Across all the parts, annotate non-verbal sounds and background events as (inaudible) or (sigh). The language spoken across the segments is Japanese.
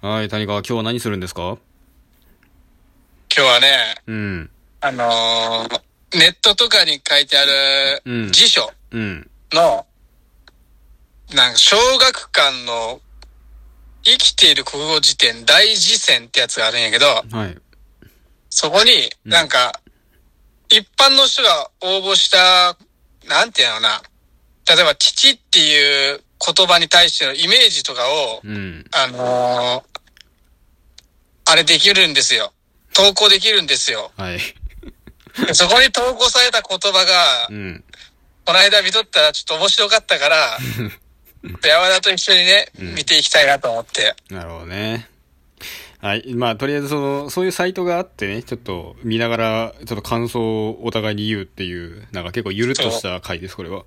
はい、谷川、今日は何するんですか今日はね、うん、あのーネットとかに書いてあうんる辞書うん、の、なんか小学館の生きている国語辞典大辞典ってやつがあるんやけど、はい。そこになんか、一般の人が応募した、なんていうのかな、例えば父っていう言葉に対してのイメージとかを、うん、あのーあれできるんですよ。投稿できるんですよ。はい。 (laughs) そこに投稿された言葉がう、ん、この間見とったらちょっと面白かったから、 (laughs) 山田と一緒にね、見ていきたいなと思って。なるほどね。はい。まあ、とりあえず、その、そういうサイトがあってね、ちょっと見ながら、ちょっと感想をお互いに言うっていう、なんか結構ゆるっとした回です、これは。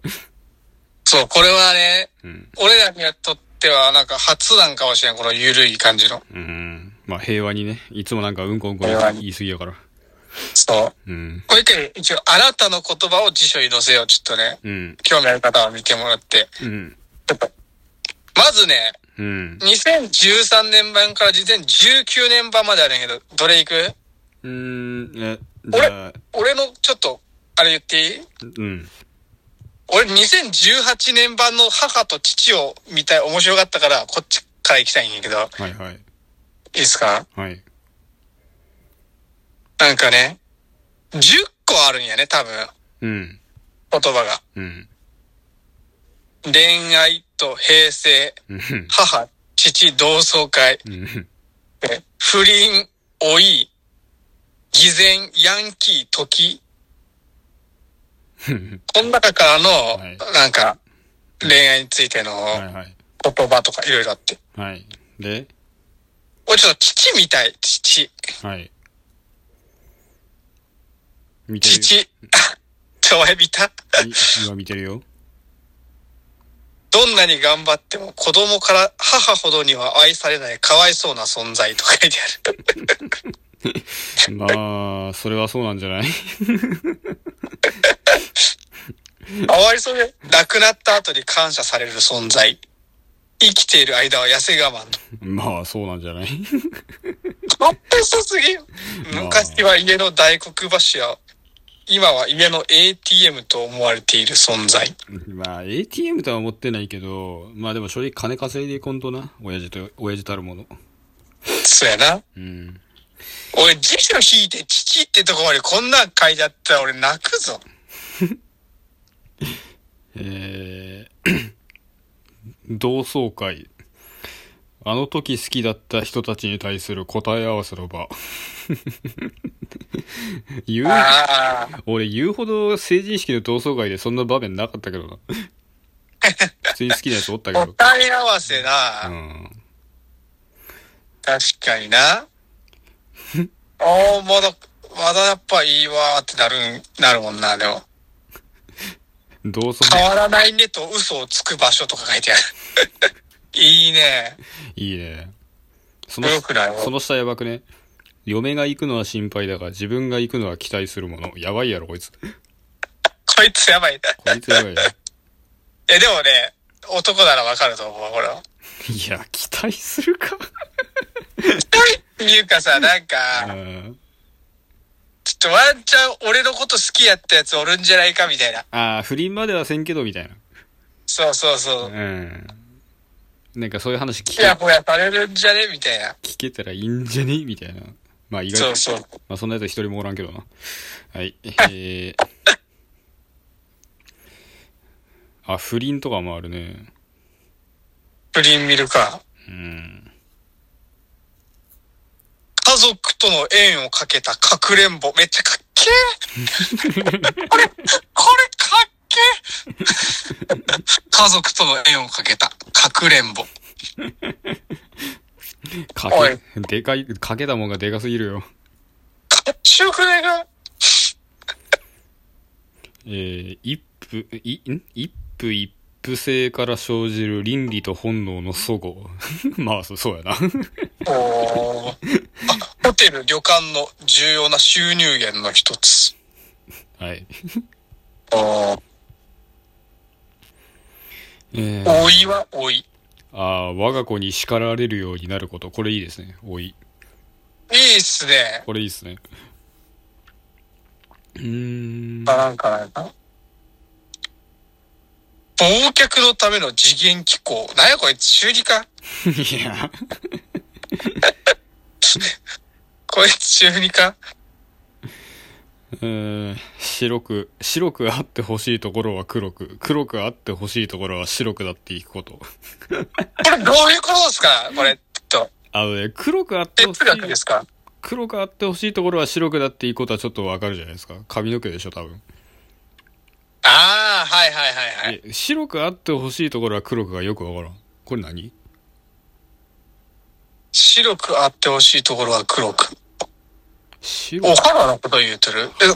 そう、これはね、うん。俺らにとってはなんか初なんかもしれん、このゆるい感じの。うん。まあ、平和にね、いつもなんかうんこうんこ言い平和に言い過ぎやから。そう。うん。これ一回、一応、あなたの言葉を辞書に載せよう、ちょっとね。うん。興味ある方は見てもらって。うん。まずね、うん。 2013年版から2019年版まであるんやけど、どれいくうーん、え、じ俺ゃあ、、俺のちょっと、あれ言っていいうん。俺2018年版の母と父を見たい、面白かったから、こっちから行きたいんやけど、はいはい。いいですかはい。なんかね、10個あるんやね、多分、うん。言葉が。うん。恋愛と平成、うん。母、父、同窓会、うん。え不倫、老い、偽善、ヤンキー、時。この中からの、いなんか、恋愛についてのはいはい。言葉とかいろいろあって。はい。で、俺ちょっと父みたい、父。はい。見てる。父。 (laughs) ちょ、お前見たい今見てるよ。どんなに頑張っても子供から母ほどには愛されないかわいそうな存在と書いてある。まあ、それはそうなんじゃない (laughs) (laughs) かわいそうで、亡くなった後に感謝される存在。生きている間は痩せ我慢と。まあ、そうなんじゃない (laughs) かっこよさすぎんまあ昔は家の大黒柱、今は家の ATM と思われている存在。まあ、ATM とは思ってないけど、まあでも正直金稼いでいこんとな。親父と、親父たるもの。そうやな。うん。俺、辞書引いて父ってとこまでこんなん書いてあったら俺泣くぞ。えー (coughs) 同窓会。あの時好きだった人たちに対する答え合わせの場。 (laughs) 言う、ああ、俺言うほど成人式の同窓会でそんな場面なかったけど (laughs) な。普通に好きなやつおったけど。答え合わせうな。ん。確かにな。 (laughs) おお、まだ、まだやっぱいいわーってなるん、なるもんな、でも。同窓変会。わらないねと嘘をつく場所とか書いてある。 (laughs) いいね。いいね。そ (laughs) の、よくないその下やばくね。嫁が行くのは心配だが、自分が行くのは期待するもの。やばいやろ、こいつ。ここいつやばいな。いつやばい (laughs) やろ。え、でもね、男ならわかると思う、これは。 (laughs) いや、期待するか。っていうかさ、なんうか、ん。ちょっとワンチャン俺のこと好きやったやつおるんじゃないかみたいな。ああ、不倫まではせんけど、みたいな。そうそうそうう。ん。なんかそういう話聞いけや、ほやされるんじゃねみたいな。聞けたらいいんじゃねみたいな。まあ意そ外うと、そう。まあそんなやつ一人もおらんけどな。はい。えー、あ、不倫とかもあるね。不倫見るか。うん。家族との縁をかけたかくれんぼ。めっちゃかっけえこれ、これかっけえ家族との縁をかけたかくれんぼ。かおいけ、でかい、かけたもんがでかすぎるよ。かっちよくないかえー、一夫、い、ん一夫一夫制から生じる倫理と本能の祖語。 (laughs) まあ、そそうやな。 (laughs) おーあ、ホテル、旅館の重要な収入源の一つ。はい。おーえー、老いは老い。ああ、我が子に叱られるようになること。これいいですね。おい。いいっすね。これいいですね。うーん。あ、なんかなんか。忘却のための次元機構。なんやこれ、修理か (laughs) いや、これ、修理かうーん。白く、白くあってほしいところは黒く、黒くあってほしいところは白くなっていくこと。これ、どういうことですかこれ、ちょっと。あのね、黒くあってほし哲学でい、すか黒くあってほしいところは白くなっていくことはちょっとわかるじゃないですか。髪の毛でしょ、多分。ああ、はいはいはいはい。え白くあってほしいところは黒くがよくわからん。これ何白くあってほしいところは黒く。白お肌のこと言うとるえ、心の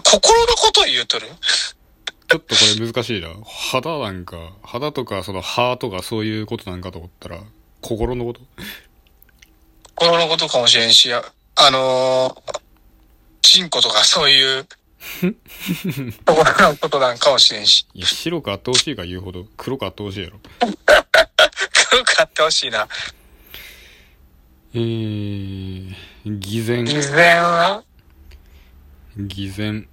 こと言うとるちょっとこれ難しいな。肌なんか、肌とかその歯とかそういうことなんかと思ったら、心のこと心のことかもしれんし、ああのー、チンコとかそういう、心のことなんかもしれんし。いや、白くあってほしいか言うほど、黒くあってほしいやろ。黒くあってほしいな。えー、偽善、偽善は偽善。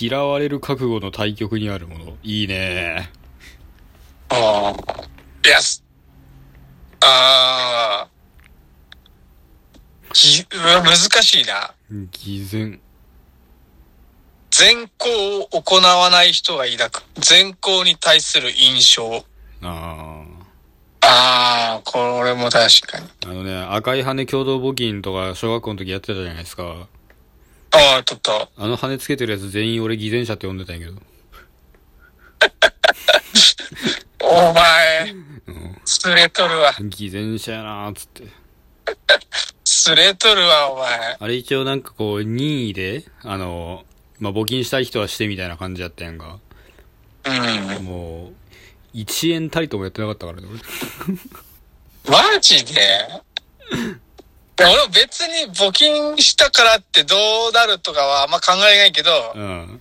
嫌われる覚悟の対極にあるもの。いいねああ。いや、すああ。ぎうわ難しいな。偽善。善行を行わない人が抱く。善行に対する印象。あああ、これも確かに。ー。あのね、赤い羽共同募金とか小学校の時やってたじゃないですか。ああ、ちょっと。あの羽つけてるやつ全員俺偽善者って呼んでたんやけど。お前、すれとるわ。偽善者やなーっつって。すれとるわ、お前。あれ一応なんかこう任意で、あの、まあ、募金したい人はしてみたいな感じやったやんか。うん。もう、1円たりともやってなかったからね、俺。マジで俺も別に募金したからってどうなるとかはあんま考えないけど、うん。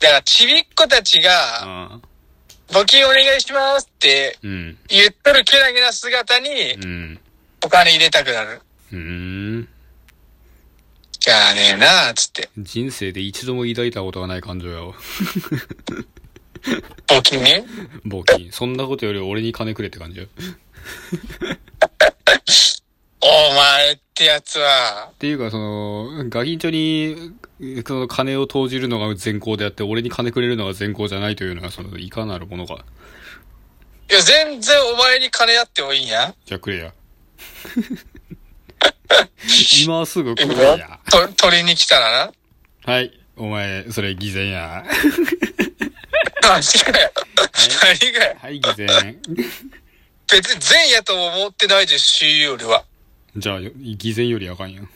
だからちびっ子たちが、あ募金お願いしますってうん。言っとるけなげな姿にうん。お金入れたくなる。うーん。じゃあねえな、つって。人生で一度も抱いたことがない感情やわ。募金ね。募金。そんなことより俺に金くれって感じや。っお前ってやつは、ていうか、その、ガキンチョに、その金を投じるのが善行であって、俺に金くれるのが善行じゃないというのは、その、いかなるものか。いや、全然お前に金やってもいいんや。じゃあくれや。今すぐくれや。と、取りに来た (laughs) らな。はい。お前、それ偽善や。何がよ。何がよ。はい、偽善。別に善やとも思ってないですし、俺は。 (laughs) じゃあ、よ偽善よりあかんやん。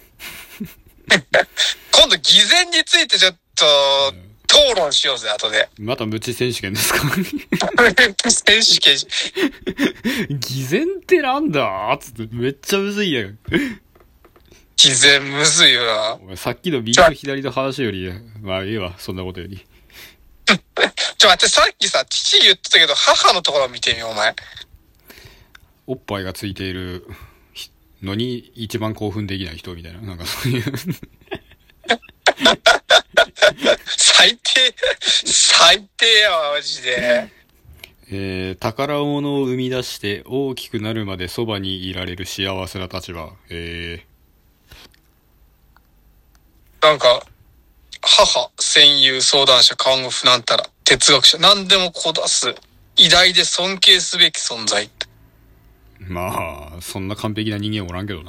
今度偽善についてちょっと、討論しようぜ、後で。 (laughs) また無知選手権ですか選手権し偽善ってなんだつって、めっちゃむずいやん。 (laughs) 偽善むずいよな。お前、さっきの右と左の話より、まあ、ええわ、そんなことより。ちょ待って、さっきさ、父言ってたけど、母のところ見てみよう、お前。おっぱいがついているひのに一番興奮できない人みたいな。なんかそう (laughs) いう。最低、最低やわ、マジで。えー、宝物を生み出して大きくなるまでそばにいられる幸せな立場。えなんか、母、戦友、相談者、看護婦なんたら、哲学者、何でもこだす、偉大で尊敬すべき存在。ー、まあ、そんな完璧な人間おらんけどな。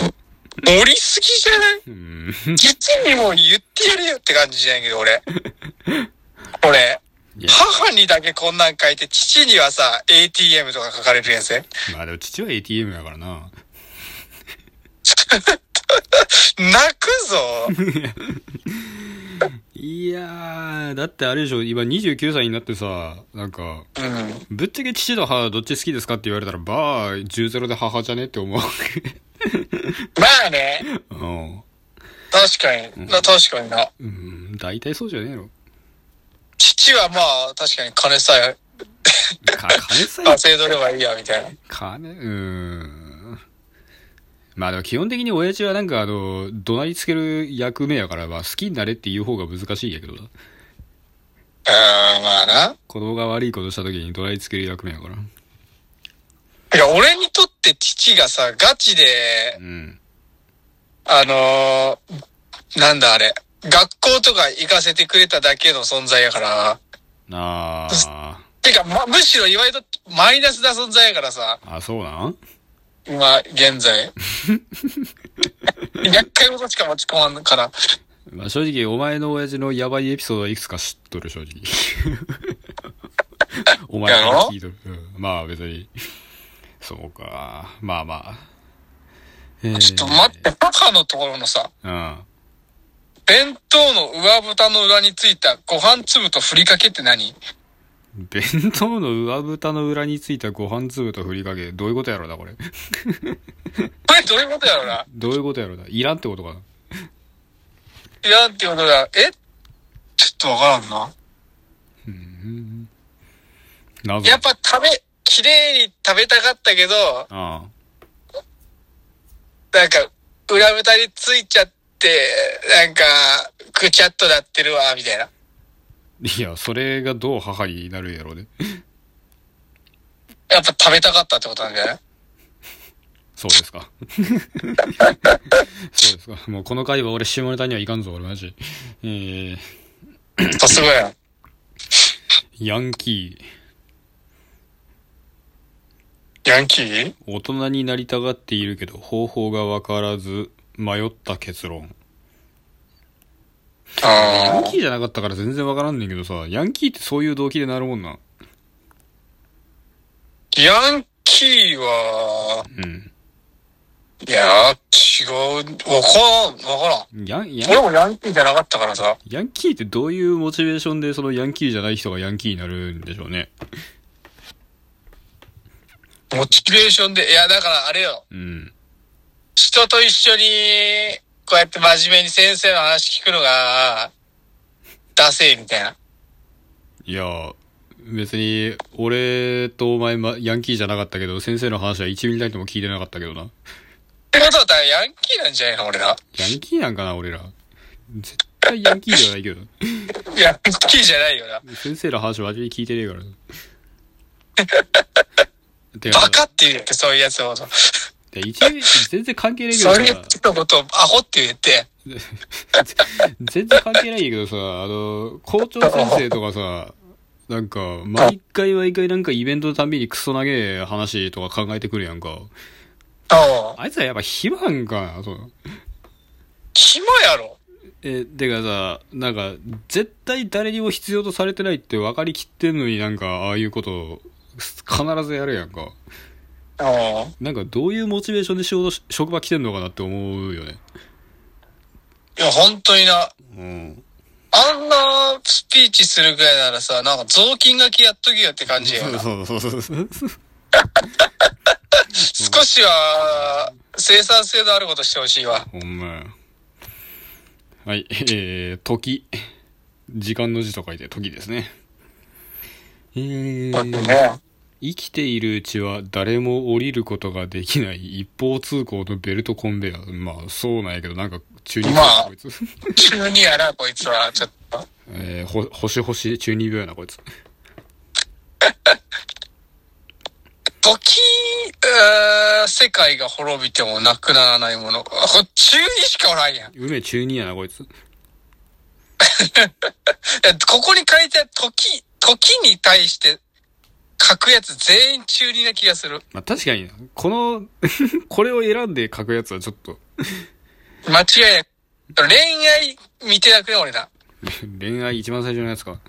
盛りすぎじゃないうん。父にも言ってやるよって感じじゃないけど、俺。俺、いや母にだけこんなん書いて、父にはさ、ATM とか書かれるやつね。まあでも父は ATM やからな。泣くぞいやー、だってあれでしょ、今29歳になってさ、なんか、うん。ぶっちゃけ父と母どっち好きですかって言われたら、ばあ、10-0で母じゃねって思う。まあね、うん確かに、な確かにな。うん。大体そうじゃねえの。父はまあ、確かに金さえか金さえ、稼いどればいいや、みたいな。金、うーん。まあでも基本的に親父はなんかあの、怒鳴りつける役目やから、まあ好きになれって言う方が難しいんやけどな。あーまあな。子供が悪いことした時に怒鳴りつける役目やから。いや、俺にとって父がさ、ガチでう、ん。あのーなんだあれ、学校とか行かせてくれただけの存在やから、あー。てか、ま、むしろいわゆるマイナスな存在やからさ、あ、そうなん今、現在。厄介事しか持ち込まんから。まあ正直、お前の親父のやばいエピソードはいくつか知っとる、 (laughs) 正直。お前から聞いとる。うんまあ別に。そうか。まあまあ。えーちょっと待って、パパのところのさ、うん。弁当の上蓋の裏についたご飯粒とふりかけって何弁当の上蓋の裏についたご飯粒とふりかけ、どういうことやろな、これ。これどういうことやろなどういうことやろな。いらんってことかな。いや、ってことだ。えちょっとわからんな。うん。謎。やっぱ食べ、綺麗に食べたかったけど、あなんか、裏蓋についちゃって、なんか、ぐちゃっとなってるわ、みたいな。あ。いや、それがどう母になるやろうね。やっぱ食べたかったってことなんじゃないそうです (laughs) か。そうですか。もうこの回は俺下ネタにはいかんぞ、俺マジ。えー、さすがやん。ヤンキー。ヤンキー大人になりたがっているけど方法がわからず迷った結論。ヤあンキーじゃなかったから全然わからんねんけどさ、ヤンキーってそういう動機でなるもんな。ーヤンキーは、うん。いや、違う。わからん、わからん。ヤン、ヤン俺もヤンキーじゃなかったからさ。ヤンキーってどういうモチベーションでそのヤンキーじゃない人がヤンキーになるんでしょうね。モチベーションで、いや、だからあれよ。うん。人と一緒に、こうやって真面目に先生の話聞くのが、ダセえみたいな。いや、別に、俺とお前、ま、ヤンキーじゃなかったけど、先生の話は1ミリたりとも聞いてなかったけどな。ってことは、だからヤンキーなんじゃないの俺ら。ヤンキーなんかな、俺ら。絶対ヤンキーじゃないけど。ヤンキーじゃないよな。先生の話は味に聞いてねえから。てか (laughs) バカって言って、そういうやつのこと。いや一ミリ全然関係ねえけどそうさいうやつのことをアホって言って、全然関係ないんやけどさ、あの、校長先生とかさ、なんか、毎回毎回なんかイベントのたんびにクソ長え話とか考えてくるやんか。うん。あいつらやっぱ暇なんかな、そう。暇やろ。え、てかさ、なんか、絶対誰にも必要とされてないって分かりきってんのになんか、ああいうことを、す必ずやるやんか。うん。なんか、どういうモチベーションで仕事し、職場来てんのかなって思うよね。いや、本当にな。うん。あんなスピーチするぐらいならさ、なんか雑巾書きやっときよって感じやな。そうそうそうそう。少しは、生産性のあることしてほしいわ。ほんまや。はい、えー、時。時間の字と書いて時ですね。えー、生きているうちは誰も降りることができない一方通行のベルトコンベヤー。まあ、そうなんやけど、なんか中二病やまな、あこいつ。急にやな、こいつは。ちょっと。えー、ほ、星星中二病やな、こいつ。時、えー世界が滅びてもなくならないもの。あこれ中にしかおらんやん。い梅中二やな、こいつ。やここに書いてある時、時に対して書くやつ全員中二な気がする。まあ、確かにな。この、 (laughs) これを選んで書くやつはちょっと、間違いない。恋愛見てなくね、俺な。 (laughs) 恋愛一番最初のやつか。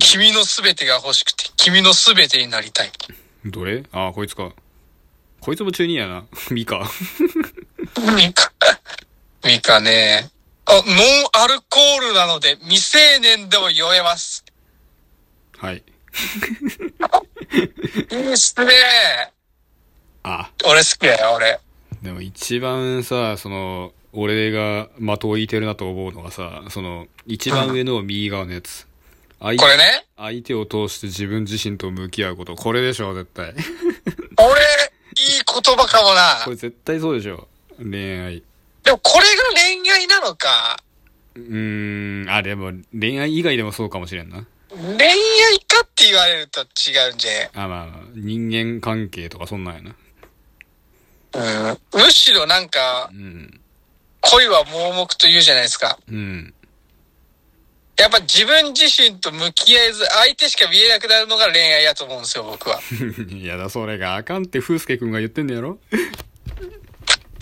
君のすべてが欲しくて、君のすべてになりたい。どれああ、こいつか。こいつも中二やな。 (laughs) ミカ。ミカ。ミカね。あ、ノンアルコールなので、未成年でも酔えます。はい。いいっすね。あ、俺好きだよ、俺。でも一番さ、その、俺が的を射てるなと思うのがさ、その、一番上の右側のやつ。相これね、相手を通して自分自身と向き合うこと。これでしょ、絶対。 (laughs) 俺、いい言葉かもこれな。絶対そうでしょ。恋愛。でもこれが恋愛なのか、うーん、あ、でも恋愛以外でもそうかもしれんな。恋愛かって言われると違うんで。あ、まあまあ、人間関係とかそんなんやな。うん、むしろなんか、うん。恋は盲目と言うじゃないですか。うん。やっぱ自分自身と向き合えず、相手しか見えなくなるのが恋愛やと思うんですよ、僕は。 (laughs) いやだ、それがあかんって、風介くんが言ってんだやろ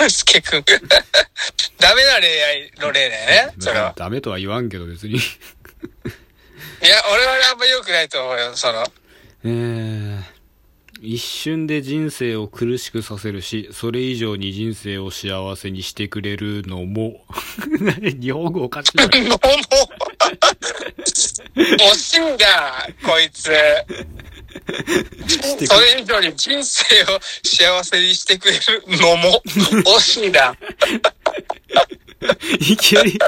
すけくん。 (laughs) ダメな恋愛の例だよね、それは。ダメとは言わんけど、別に。 (laughs) いや、俺はあんま良くないと思うよ、その。えー一瞬で人生を苦しくさせるし、それ以上に人生を幸せにしてくれるのも、 (laughs) 日本語おかしいな。もう、 (laughs) 惜しいんだ、こいつ。してくそれ以上に人生を幸せにしてくれるの (laughs) も、惜しいんだ。いきなり、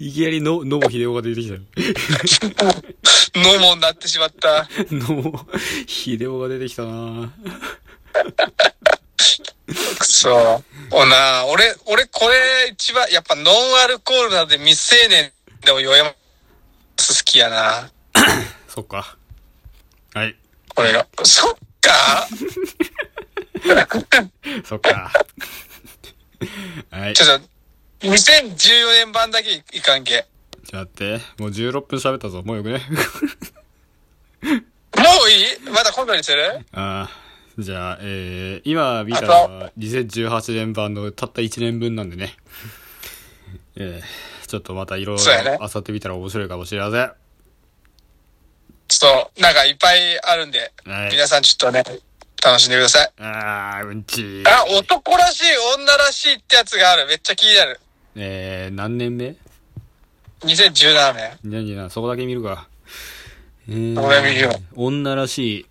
いきなりの、野茂秀夫が出てきたよ。のもになってしまった。野茂秀夫が出てきたなくそ。おな俺、俺これ一番、やっぱノンアルコールなんで未成年でも酔えます好きやな。そっか。はい。これが。そっ (laughs) かそっか。はい。ちちょょっと、2014年版だけいかんけ。っと待って。もう16分喋ったぞ。もうよくね。もういいまだ今度にするああ、じゃあ、えー、今見たのは2018年版のたった1年分なんでね。 (laughs) えー、ちょっとまたいろいろそうやねあさってみたら面白いかもしれません。ちょっと、なんかいっぱいあるんで、はい皆さんちょっとね、楽しんでください。あー、うんちー。あ、男らしい、女らしいってやつがある。めっちゃ気になる。えー、何年目2017年。何な、そこだけ見るか。えこれ見るよー、女らしい。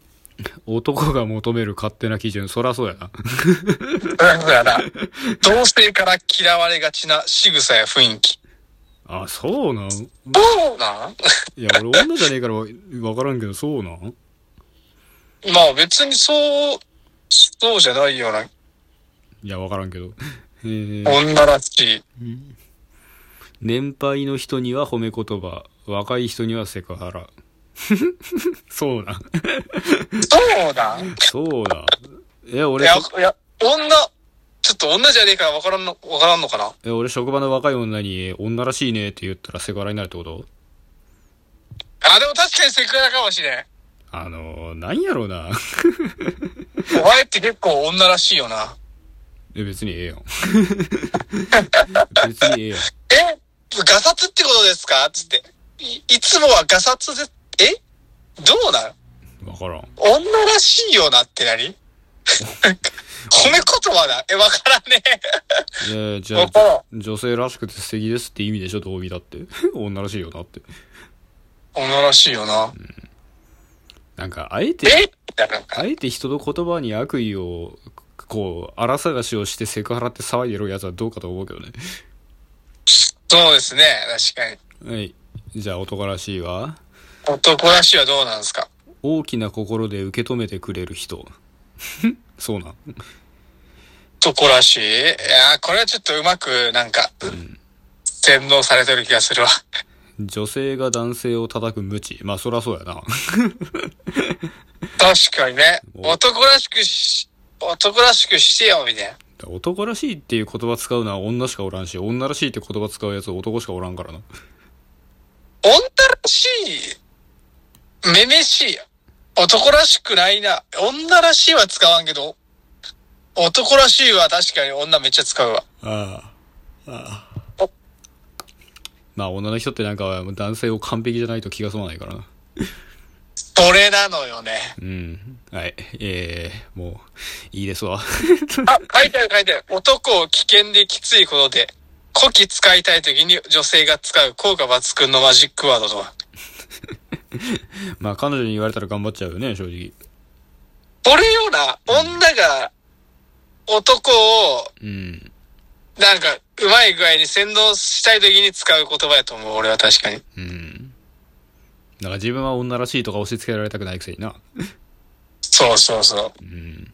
男が求める勝手な基準。そらそうやな。そうや (laughs) な。同性から嫌われがちな仕草や雰囲気。あ、そうなんいそうなんや、俺女じゃねえからわわからんけど、そうなんまあ別にそう、そうじゃないような。いや、わからんけど。えー、女らしい。年配の人には褒め言葉若い人にはセクハラ (laughs) そうだそうなんいそうだえ俺やし、いや、女、ちょっと女じゃねえからわからんの、わからんのかなえ俺職場の若い女に女らしいねって言ったらセクハラになるってことあ、でも確かにセクハラかもしれん。あのー、なんやろうな (laughs) お前って結構女らしいよな。え別にええやん (laughs) 別にええやんえガサツってことですかつって。い、いつもはガサツで、えどうなの分からん女らしいよなって (laughs) 何褒め言葉だ。え、わからねえじえ。ゃわあからん女性らしくて素敵ですって意味でしょどう見だって (laughs) 女らしいよなって女らしいよな。なんかあえてえだからあえて人の言葉に悪意を、こう、荒探しをしてセクハラって騒いでるやつはどうかと思うけどね。そうですね、確かに。はい。じゃあ男らしいわ。男らしいはどうなんですか大きな心で受け止めてくれる人。 (laughs) そうなん。男らしいいやーこれはちょっとうまく、なんか、洗脳されてる気がするわ。女性が男性を叩く無知。まあそらそうやな。確かにね。お男らしくし、男らしくしてよ、みたいな。男らしいっていう言葉使うのは女しかおらんし、女らしいって言葉使うやつは男しかおらんからな。女らしい、めめしい。男らしくないな。女らしいは使わんけど、男らしいは確かに女めっちゃ使うわ。ああ。ああ。まあ女の人ってなんか男性を完璧じゃないと気が済まないからな。それなのよね。うん。はい。えー、もう、いいですわ。 (laughs) あ、書いてある書いてある。男を危険できついことで、古希使いたいときに女性が使う効果抜群のマジックワードとは。まあ、彼女に言われたら頑張っちゃうよね、正直。これような女が男をうん。なんかうまい具合に洗脳したいときに使う言葉やと思う。俺は確かに。うん。だから自分は女らしいとか押し付けられたくないくせにな。そうそうそう。うん。で、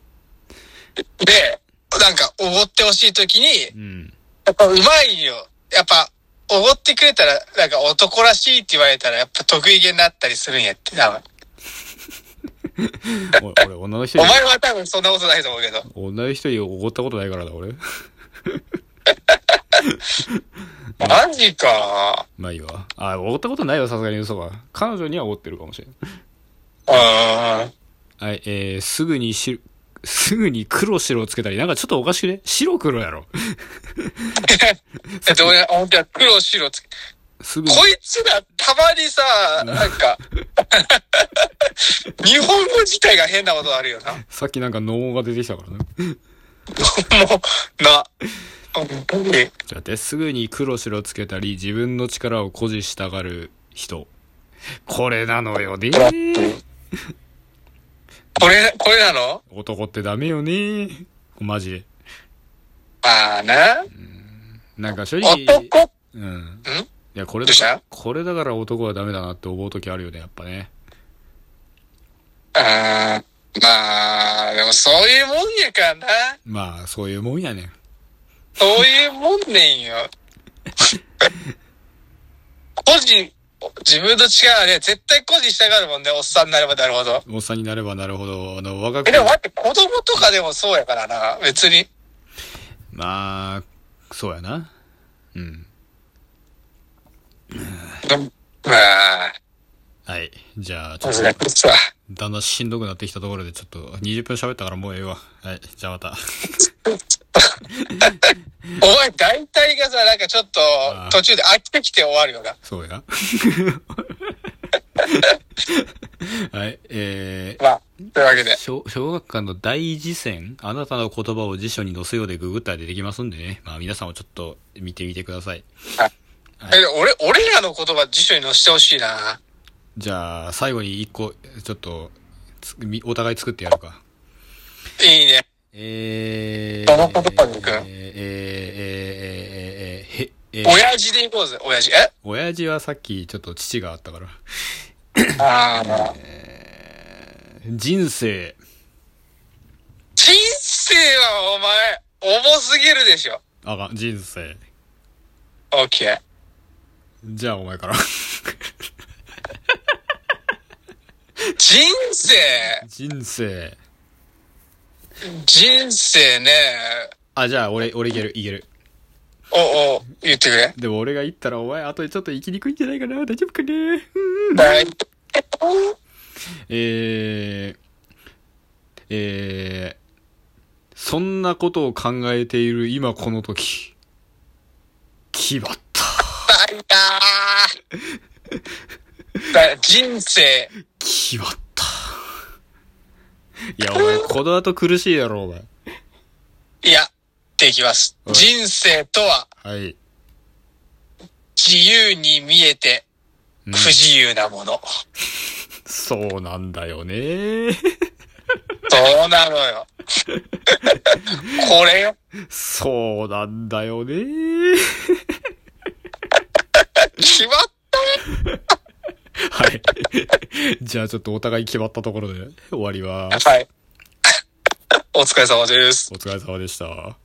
なんか、おごってほしいときに、うん。やっぱうまいよ。やっぱ、おごってくれたら、なんか男らしいって言われたら、やっぱ得意げになったりするんやって。多分お俺、女の人おに、前は多分そんなことないと思うけど。女の人におごったことないからだ、俺。マジか。まあいいわ。あ、おごったことないわ、さすがに嘘は。彼女にはおごってるかもしれん。うー (laughs) ん。はい、えー、すぐにし、すぐに黒白をつけたり、なんかちょっとおかしくね白黒やろ。え、どうや、本当は黒白つけ、すぐにこいつら、たまにさ、なんか、 (laughs) 日本語自体が変なことあるよな。もさっきなんか脳が出てきたからね。う、な。本当ちょっに。と待って、すぐに黒白つけたり、自分の力を誇示したがる人。これなのよね。これ、これなの男ってダメよね。マジで。まあな。なんか正直、男っうん。んいや、これどだうしたこれだから男はダメだなって思う時あるよね、やっぱね。あーまあ、でもそういうもんやからな。まあ、そういうもんやねん。そういうもんねんよ。 (laughs) 個人、自分の力で絶対個人したがるもんね、おっさんになればなるほど。おっさんになればなるほど、あの、若くえ、でも待って、子供とかでもそうやからな、別に。まあ、そうやな。うん。でもまあ、はい。じゃあ、ちょっと、難しいっすわ。だんだんしんどくなってきたところで、ちょっと、20分喋ったからもうええわ。はい。じゃあまた。お前、大体がさ、なんかちょっとあー、途中で飽きてきて終わるよな。そうや。はい。えまあ、というわけー、で。小小学館の大辞典あなたの言葉を辞書に載せようでググったら出てきますんでね。まあ皆さんもちょっと見てみてください。え、でも俺、俺らの言葉辞書に載せてほしいな。じゃあ、最後に一個、ちょっと、つみお互い作ってやるか。いいね。えー、どの言葉に行くえー、えー、えー、えー、えー、へ、えー、親父でいこうぜ、親父。え親父はさっきちょっと父があったから。ああ。人生。人生はお前、重すぎるでしょ。あかん、人生。オッケー。じゃあお前から。人生、人生。人生ね、あ、じゃあ俺、俺いける、いける。お、お、言ってくれ。でも俺が言ったらお前、あとちょっと生きにくいんじゃないかな。大丈夫かねうんはい。えー、えー、そんなことを考えている今この時。決まった。バイターだ人生、決まった。いや、お前、この後苦しいやろ、お前。いや、できます。はい人生とは、はい。自由に見えて、うん不自由なもの。そうなんだよね。そうなの (laughs) よ。これよ。そうなんだよね。決まっはい。じゃあちょっとお互い決まったところで終わりまたす。はい。お疲れ様です。お疲れ様でした。